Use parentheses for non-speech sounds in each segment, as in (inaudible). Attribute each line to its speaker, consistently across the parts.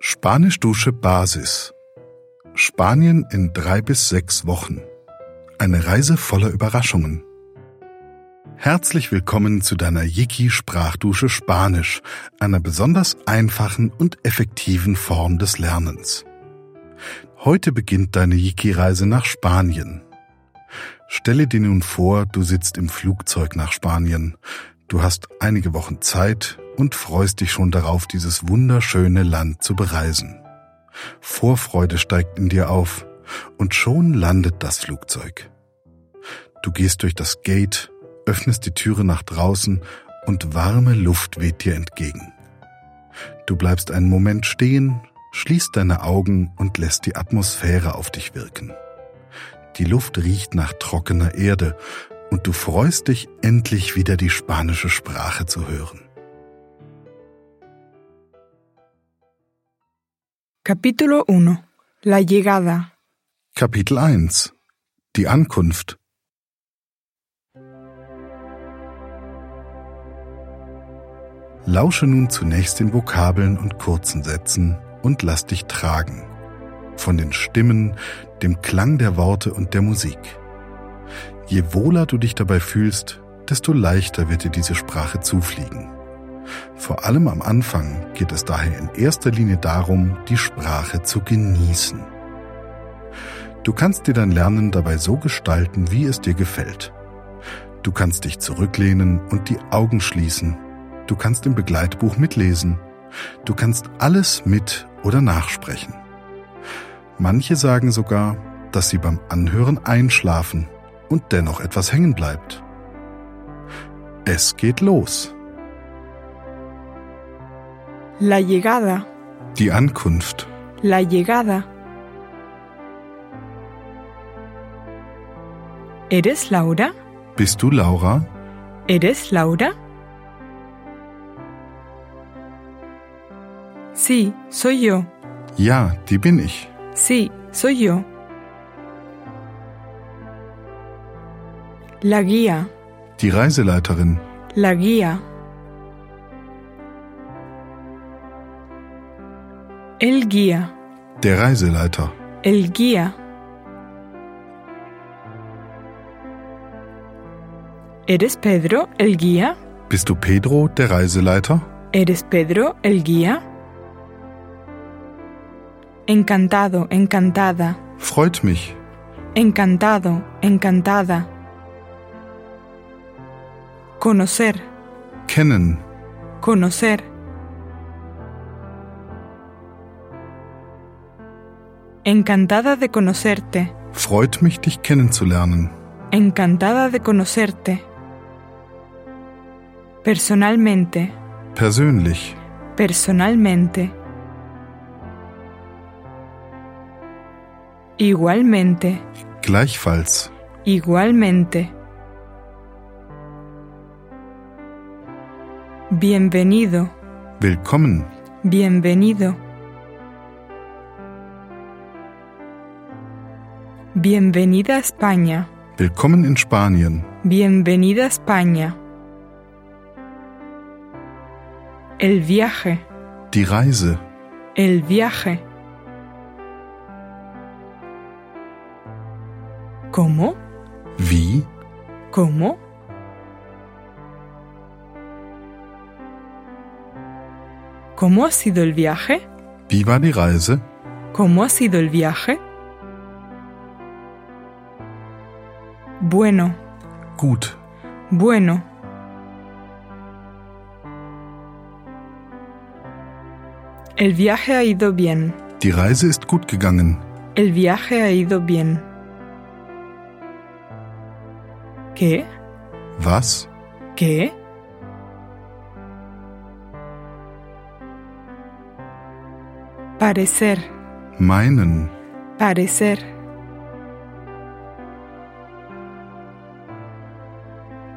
Speaker 1: Spanischdusche Basis. Spanien in drei bis sechs Wochen. Eine Reise voller Überraschungen. Herzlich willkommen zu deiner Yiki Sprachdusche Spanisch, einer besonders einfachen und effektiven Form des Lernens. Heute beginnt deine Yiki-Reise nach Spanien. Stelle dir nun vor, du sitzt im Flugzeug nach Spanien. Du hast einige Wochen Zeit und freust dich schon darauf, dieses wunderschöne Land zu bereisen. Vorfreude steigt in dir auf und schon landet das Flugzeug. Du gehst durch das Gate, öffnest die Türe nach draußen und warme Luft weht dir entgegen. Du bleibst einen Moment stehen, schließt deine Augen und lässt die Atmosphäre auf dich wirken. Die Luft riecht nach trockener Erde und du freust dich endlich wieder die spanische Sprache zu hören.
Speaker 2: Capítulo 1. La llegada.
Speaker 1: Kapitel 1 Die Ankunft Lausche nun zunächst den Vokabeln und kurzen Sätzen und lass dich tragen. Von den Stimmen, dem Klang der Worte und der Musik. Je wohler du dich dabei fühlst, desto leichter wird dir diese Sprache zufliegen. Vor allem am Anfang geht es daher in erster Linie darum, die Sprache zu genießen. Du kannst dir dein Lernen dabei so gestalten, wie es dir gefällt. Du kannst dich zurücklehnen und die Augen schließen. Du kannst im Begleitbuch mitlesen. Du kannst alles mit oder nachsprechen. Manche sagen sogar, dass sie beim Anhören einschlafen und dennoch etwas hängen bleibt. Es geht los.
Speaker 2: La llegada.
Speaker 1: Die Ankunft.
Speaker 2: La llegada. ¿Eres Laura?
Speaker 1: Bist du Laura?
Speaker 2: ¿Eres Laura? Sí, soy yo.
Speaker 1: Ja, die bin ich.
Speaker 2: Sí, soy yo. La guía.
Speaker 1: Die Reiseleiterin.
Speaker 2: La guía. El guía.
Speaker 1: Der Reiseleiter.
Speaker 2: El guía. ¿Eres Pedro el guía?
Speaker 1: Bist du Pedro, der Reiseleiter?
Speaker 2: ¿Eres Pedro el guía? Encantado, encantada,
Speaker 1: Freut mich.
Speaker 2: encantado, encantada. Conocer,
Speaker 1: Kennen.
Speaker 2: conocer. Encantada de conocerte,
Speaker 1: Freut mich, dich kennenzulernen.
Speaker 2: encantada de conocerte. Personalmente,
Speaker 1: Persönlich.
Speaker 2: personalmente. Igualmente,
Speaker 1: Gleichfalls.
Speaker 2: igualmente. Bienvenido,
Speaker 1: Willkommen.
Speaker 2: bienvenido. Bienvenida a España,
Speaker 1: Willkommen in Spanien.
Speaker 2: bienvenida a España. El viaje.
Speaker 1: Die Reise.
Speaker 2: El viaje. ¿Cómo?
Speaker 1: Wie?
Speaker 2: ¿Cómo? ¿Cómo ha sido el viaje?
Speaker 1: Wie war die Reise?
Speaker 2: ¿Cómo ha sido el viaje? Bueno,
Speaker 1: Gut.
Speaker 2: bueno. El viaje ha ido bien.
Speaker 1: Die Reise ist gut gegangen.
Speaker 2: El viaje ha ido bien. ¿Qué?
Speaker 1: Was?
Speaker 2: ¿Qué? Parecer,
Speaker 1: Meinen.
Speaker 2: parecer.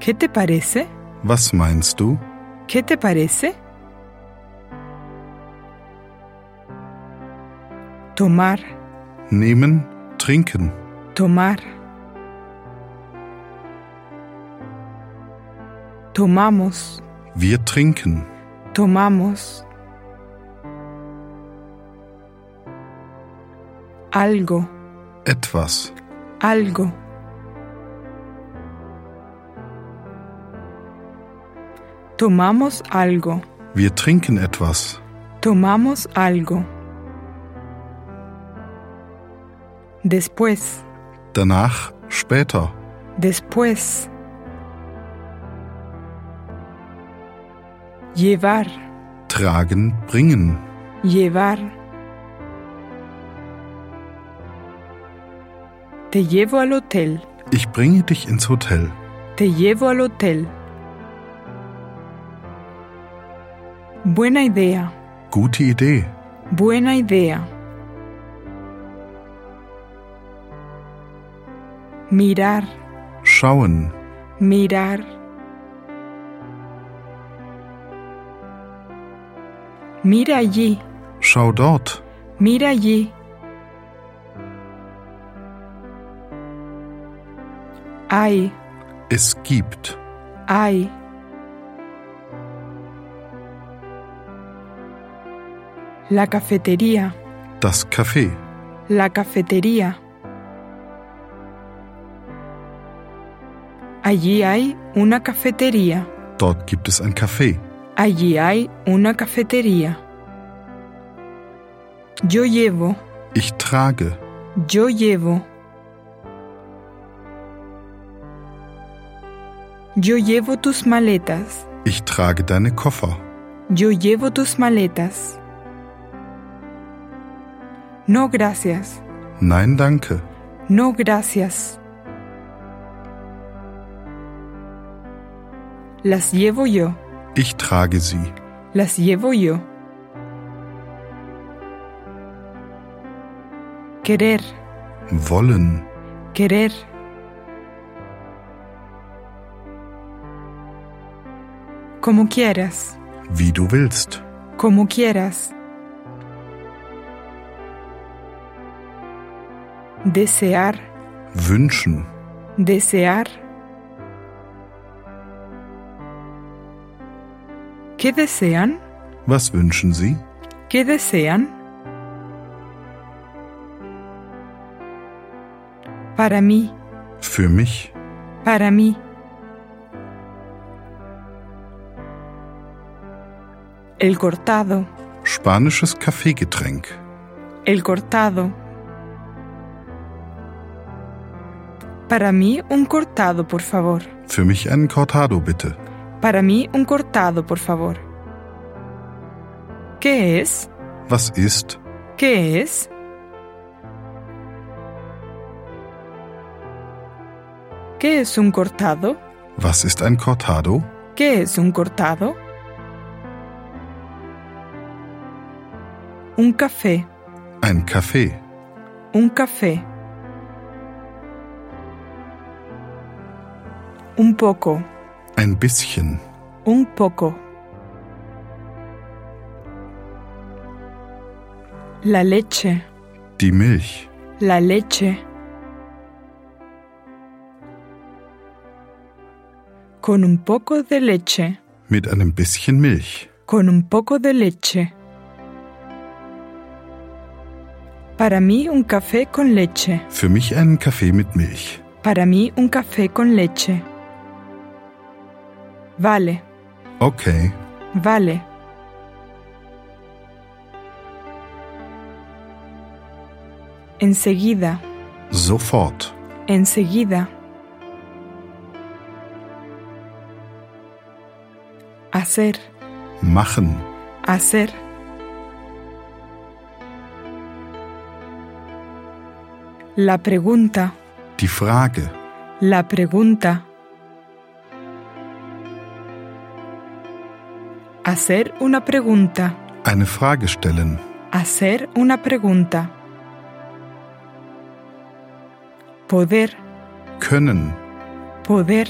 Speaker 2: ¿Qué te parece?
Speaker 1: Was meinst du?
Speaker 2: ¿Qué te parece? Tomar,
Speaker 1: Nehmen. Trinken.
Speaker 2: tomar. Tomamos,
Speaker 1: Wir trinken.
Speaker 2: Tomamos. algo,
Speaker 1: Etwas.
Speaker 2: algo. Tomamos algo,
Speaker 1: Wir trinken etwas.
Speaker 2: tomamos algo. Después,
Speaker 1: Danach, später.
Speaker 2: después. Llevar,
Speaker 1: Tragen, bringen.
Speaker 2: llevar. Te llevo al hotel,
Speaker 1: Ich bringe dich ins Hotel.
Speaker 2: te llevo al hotel. Buena idea.
Speaker 1: Gute Idee.
Speaker 2: Buena idea. Mirar,
Speaker 1: Schauen.
Speaker 2: mirar. Mira allí,
Speaker 1: Schau dort.
Speaker 2: mira allí. Ay,
Speaker 1: Es gibt.
Speaker 2: ay. La cafetería.
Speaker 1: Das Café.
Speaker 2: La cafetería. Allí hay una cafetería.
Speaker 1: Dort gibt es ein Café.
Speaker 2: Allí hay una cafetería. Yo llevo,
Speaker 1: Ich trage.
Speaker 2: yo llevo. Yo llevo tus maletas.
Speaker 1: Ich trage deine Koffer.
Speaker 2: Yo llevo tus maletas. No, gracias.
Speaker 1: Nein, danke.
Speaker 2: No, gracias. Las llevo yo,
Speaker 1: Ich trage sie.
Speaker 2: las llevo yo. Querer,
Speaker 1: Wollen.
Speaker 2: querer. Como quieras,
Speaker 1: Wie du willst.
Speaker 2: como quieras. Desear,
Speaker 1: Wünschen.
Speaker 2: Desear. ¿Qué desean?
Speaker 1: Was wünschen sie?
Speaker 2: ¿Qué desean? Para mí,
Speaker 1: Für mich.
Speaker 2: para mí. El cortado,
Speaker 1: Spanisches Kaffeegetränk.
Speaker 2: el cortado. Para mí un cortado, por favor.
Speaker 1: Für mich einen Cortado bitte.
Speaker 2: Para mí un cortado, por favor. ¿Qué es?
Speaker 1: Was ist?
Speaker 2: ¿Qué es? ¿Qué es un cortado?
Speaker 1: Was ist ein Cortado?
Speaker 2: ¿Qué es un cortado? Un café,
Speaker 1: Ein Kaffee.
Speaker 2: un café. Un poco,
Speaker 1: Ein bisschen.
Speaker 2: un poco. La leche,
Speaker 1: Die Milch.
Speaker 2: la leche. Con un poco de leche,
Speaker 1: Mit einem bisschen Milch.
Speaker 2: con un poco de leche. Para mí un café con leche.
Speaker 1: Für mich einen Kaffee mit Milch.
Speaker 2: Para mí un café con leche. Vale.
Speaker 1: Okay.
Speaker 2: Vale. Enseguida,
Speaker 1: Sofort.
Speaker 2: enseguida. Hacer,
Speaker 1: Machen.
Speaker 2: hacer. La pregunta,
Speaker 1: Die Frage.
Speaker 2: la pregunta. Hacer una pregunta.
Speaker 1: Eine Frage stellen.
Speaker 2: Hacer una pregunta. Poder,
Speaker 1: Können.
Speaker 2: poder.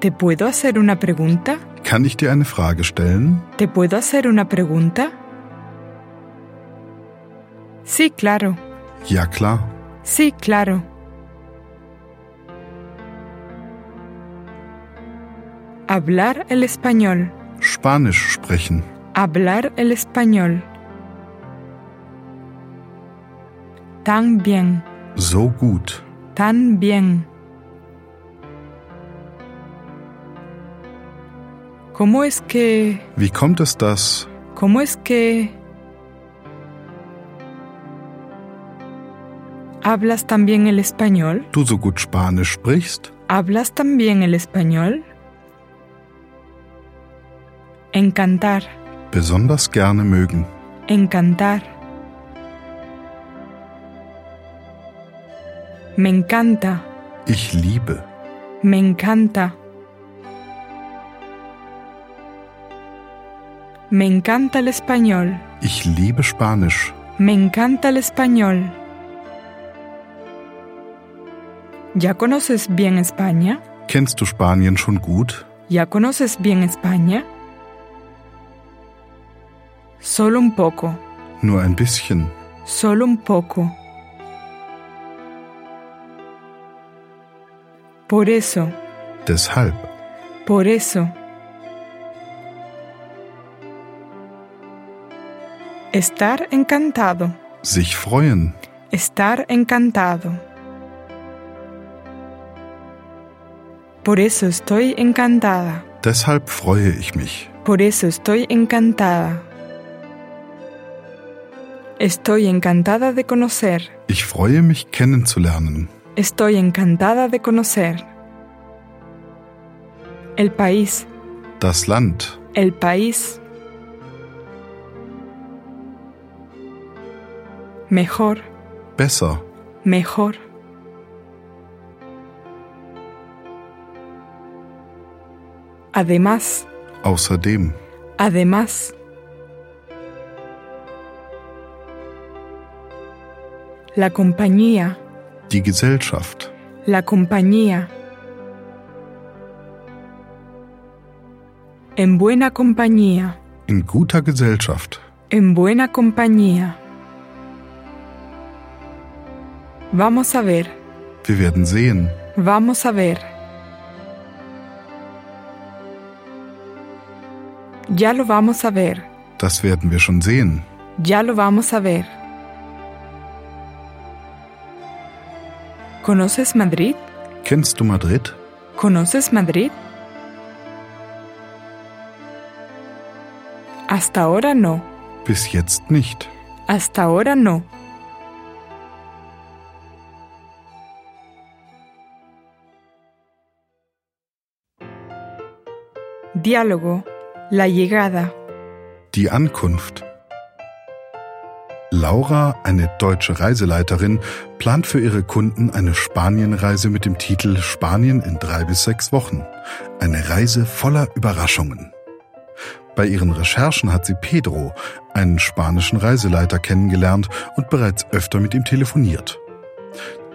Speaker 2: ¿Te puedo hacer una pregunta?
Speaker 1: Kann ich dir eine Frage stellen?
Speaker 2: ¿Te puedo hacer una pregunta? Sí, claro.
Speaker 1: Ja klar.
Speaker 2: Sí, claro. Hablar el español.
Speaker 1: Spanisch sprechen.
Speaker 2: Hablar el español. Tan bien,
Speaker 1: So gut.
Speaker 2: tan bien. ¿Cómo es que...
Speaker 1: Wie kommt es, dass
Speaker 2: ¿Cómo es que... ¿Hablas también el español?
Speaker 1: du so gut Spanisch sprichst?
Speaker 2: ¿Hablas también el español? Encantar,
Speaker 1: Besonders gerne mögen.
Speaker 2: encantar. Me encanta,
Speaker 1: Ich liebe.
Speaker 2: me encanta. Me encanta el español,
Speaker 1: Ich liebe Spanisch.
Speaker 2: me encanta el español. ¿Ya conoces bien España?
Speaker 1: Kennst du Spanien schon gut?
Speaker 2: ¿Ya conoces bien España? Solo un poco,
Speaker 1: Nur ein bisschen.
Speaker 2: solo un poco. Por eso,
Speaker 1: Deshalb.
Speaker 2: por eso. Estar encantado,
Speaker 1: Sich freuen.
Speaker 2: estar encantado. Por eso estoy encantada.
Speaker 1: Deshalb freue ich mich.
Speaker 2: Por eso estoy encantada. Estoy encantada de conocer.
Speaker 1: Ich freue mich kennenzulernen.
Speaker 2: Estoy encantada de conocer. El país,
Speaker 1: Das Land.
Speaker 2: el país. Mejor,
Speaker 1: Besser.
Speaker 2: mejor. Además,
Speaker 1: Außerdem.
Speaker 2: Además, la compañía,
Speaker 1: Die Gesellschaft.
Speaker 2: la compañía. En buena compañía,
Speaker 1: In guter Gesellschaft.
Speaker 2: en buena compañía. Vamos a ver,
Speaker 1: Wir werden sehen.
Speaker 2: vamos a ver. Ya lo vamos a ver.
Speaker 1: Das werden wir schon sehen.
Speaker 2: Ya lo vamos a ver. ¿Conoces Madrid?
Speaker 1: Kennst du Madrid?
Speaker 2: ¿Conoces Madrid? Hasta ahora no.
Speaker 1: Bis jetzt nicht.
Speaker 2: Hasta ahora no. Diálogo. La llegada.
Speaker 1: Die Ankunft. Laura, eine deutsche Reiseleiterin, plant für ihre Kunden eine Spanienreise mit dem Titel Spanien in drei bis sechs Wochen. Eine Reise voller Überraschungen. Bei ihren Recherchen hat sie Pedro, einen spanischen Reiseleiter, kennengelernt und bereits öfter mit ihm telefoniert.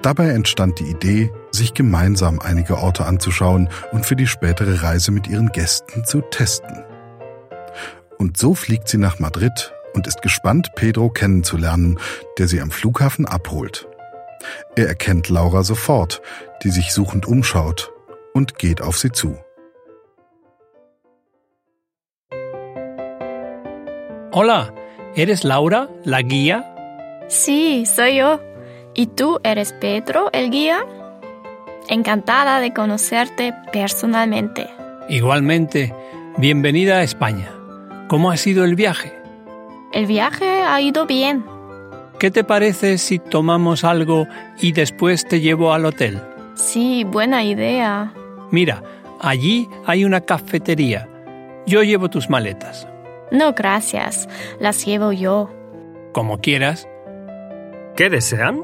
Speaker 1: Dabei entstand die Idee, sich gemeinsam einige Orte anzuschauen und für die spätere Reise mit ihren Gästen zu testen. Und so fliegt sie nach Madrid und ist gespannt, Pedro kennenzulernen, der sie am Flughafen abholt. Er erkennt Laura sofort, die sich suchend umschaut und geht auf sie zu.
Speaker 3: Hola, ¿eres Laura, la guía?
Speaker 4: Sí, soy yo. ¿Y tú eres Pedro, el guía? Encantada de conocerte personalmente.
Speaker 3: Igualmente, bienvenida a España. ¿Cómo ha sido el viaje?
Speaker 4: El viaje ha ido bien.
Speaker 3: ¿Qué te parece si tomamos algo y después te llevo al hotel?
Speaker 4: Sí, buena idea.
Speaker 3: Mira, allí hay una cafetería. Yo llevo tus maletas.
Speaker 4: No, gracias. Las llevo yo.
Speaker 3: Como quieras.
Speaker 5: ¿Qué desean?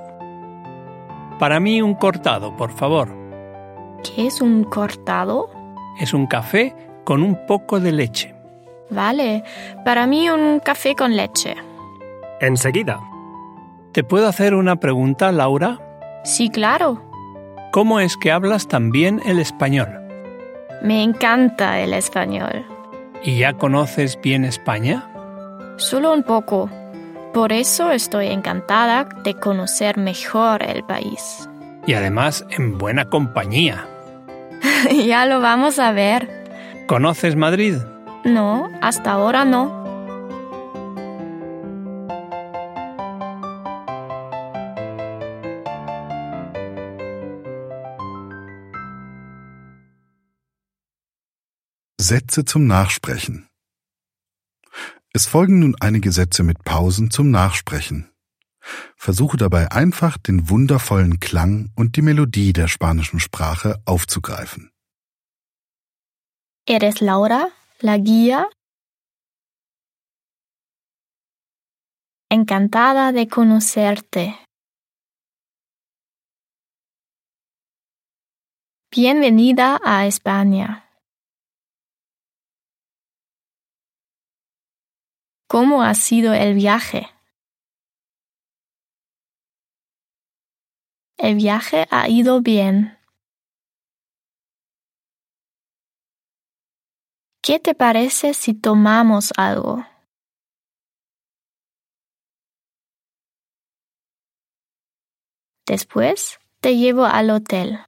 Speaker 3: Para mí un cortado, por favor.
Speaker 4: ¿Qué es un cortado?
Speaker 3: Es un café con un poco de leche.
Speaker 4: Vale, para mí un café con leche.
Speaker 5: Enseguida.
Speaker 3: ¿Te puedo hacer una pregunta, Laura?
Speaker 4: Sí, claro.
Speaker 3: ¿Cómo es que hablas tan bien el español?
Speaker 4: Me encanta el español.
Speaker 3: ¿Y ya conoces bien España?
Speaker 4: Solo un poco. Por eso estoy encantada de conocer mejor el país. (laughs)
Speaker 3: y además en buena compañía.
Speaker 4: ya lo vamos a ver.
Speaker 3: ¿Conoces Madrid?
Speaker 4: No, hasta ahora no.
Speaker 1: Sätze zum Nachsprechen. Es folgen nun einige Sätze mit Pausen zum Nachsprechen. Versuche dabei einfach den wundervollen Klang und die Melodie der spanischen Sprache aufzugreifen.
Speaker 4: Eres Laura, la guía. Encantada de conocerte. Bienvenida a España. ¿Cómo ha sido el viaje? El viaje ha ido bien. ¿Qué te parece si tomamos algo? Después te llevo al hotel.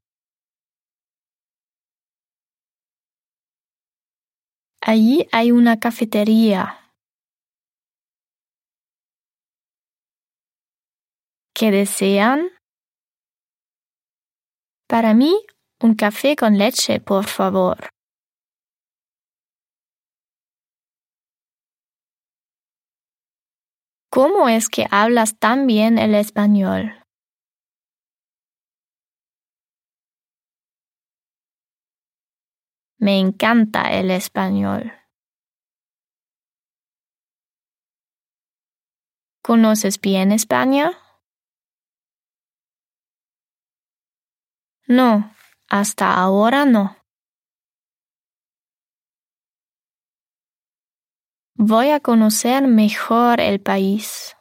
Speaker 4: Allí hay una cafetería. ¿Qué desean? Para mí, un café con leche, por favor. ¿Cómo es que hablas tan bien el español? Me encanta el español. ¿Conoces bien España? No, hasta ahora no. Voy a conocer mejor el país.